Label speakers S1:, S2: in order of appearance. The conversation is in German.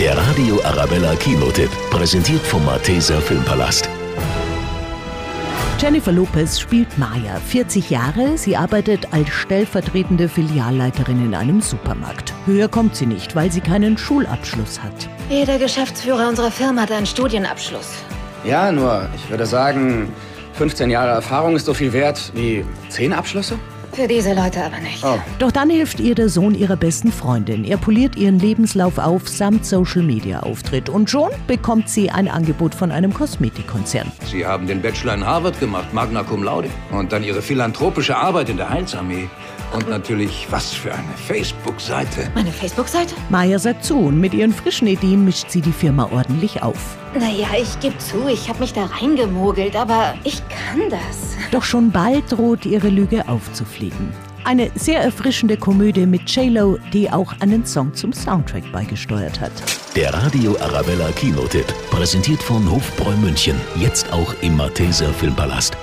S1: Der Radio Arabella Kinotipp, präsentiert vom Malteser Filmpalast.
S2: Jennifer Lopez spielt Maya, 40 Jahre. Sie arbeitet als stellvertretende Filialleiterin in einem Supermarkt. Höher kommt sie nicht, weil sie keinen Schulabschluss hat.
S3: Jeder Geschäftsführer unserer Firma hat einen Studienabschluss.
S4: Ja, nur, ich würde sagen, 15 Jahre Erfahrung ist so viel wert wie 10 Abschlüsse?
S3: Für diese Leute aber nicht.
S4: Oh.
S2: Doch dann hilft ihr der Sohn ihrer besten Freundin. Er poliert ihren Lebenslauf auf samt Social-Media-Auftritt. Und schon bekommt sie ein Angebot von einem Kosmetikkonzern.
S5: Sie haben den Bachelor in Harvard gemacht, Magna Cum Laude. Und dann Ihre philanthropische Arbeit in der Heilsarmee. Und natürlich, was für eine Facebook-Seite.
S3: Meine Facebook-Seite?
S2: Maya sagt zu und mit ihren frischen Ideen mischt sie die Firma ordentlich auf.
S3: Naja, ich gebe zu, ich habe mich da reingemogelt, aber ich kann das.
S2: Doch schon bald droht ihre Lüge aufzufliegen. Eine sehr erfrischende Komödie mit J-Lo, die auch einen Song zum Soundtrack beigesteuert hat.
S1: Der Radio Arabella Kinotipp, präsentiert von Hofbräu München, jetzt auch im Malteser Filmpalast.